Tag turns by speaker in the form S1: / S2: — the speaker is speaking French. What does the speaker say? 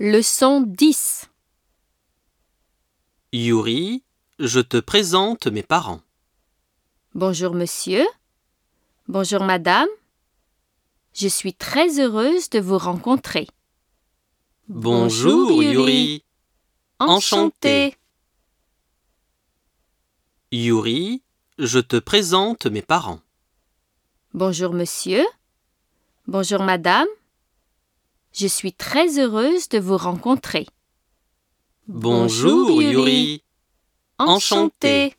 S1: Leçon 10
S2: Yuri, je te présente mes parents.
S1: Bonjour monsieur. Bonjour madame. Je suis très heureuse de vous rencontrer.
S2: Bonjour, Yuri. Enchantée. Yuri, je te présente mes parents.
S1: Bonjour monsieur. Bonjour madame. Je suis très heureuse de vous rencontrer.
S2: Bonjour, Yuri. Enchantée.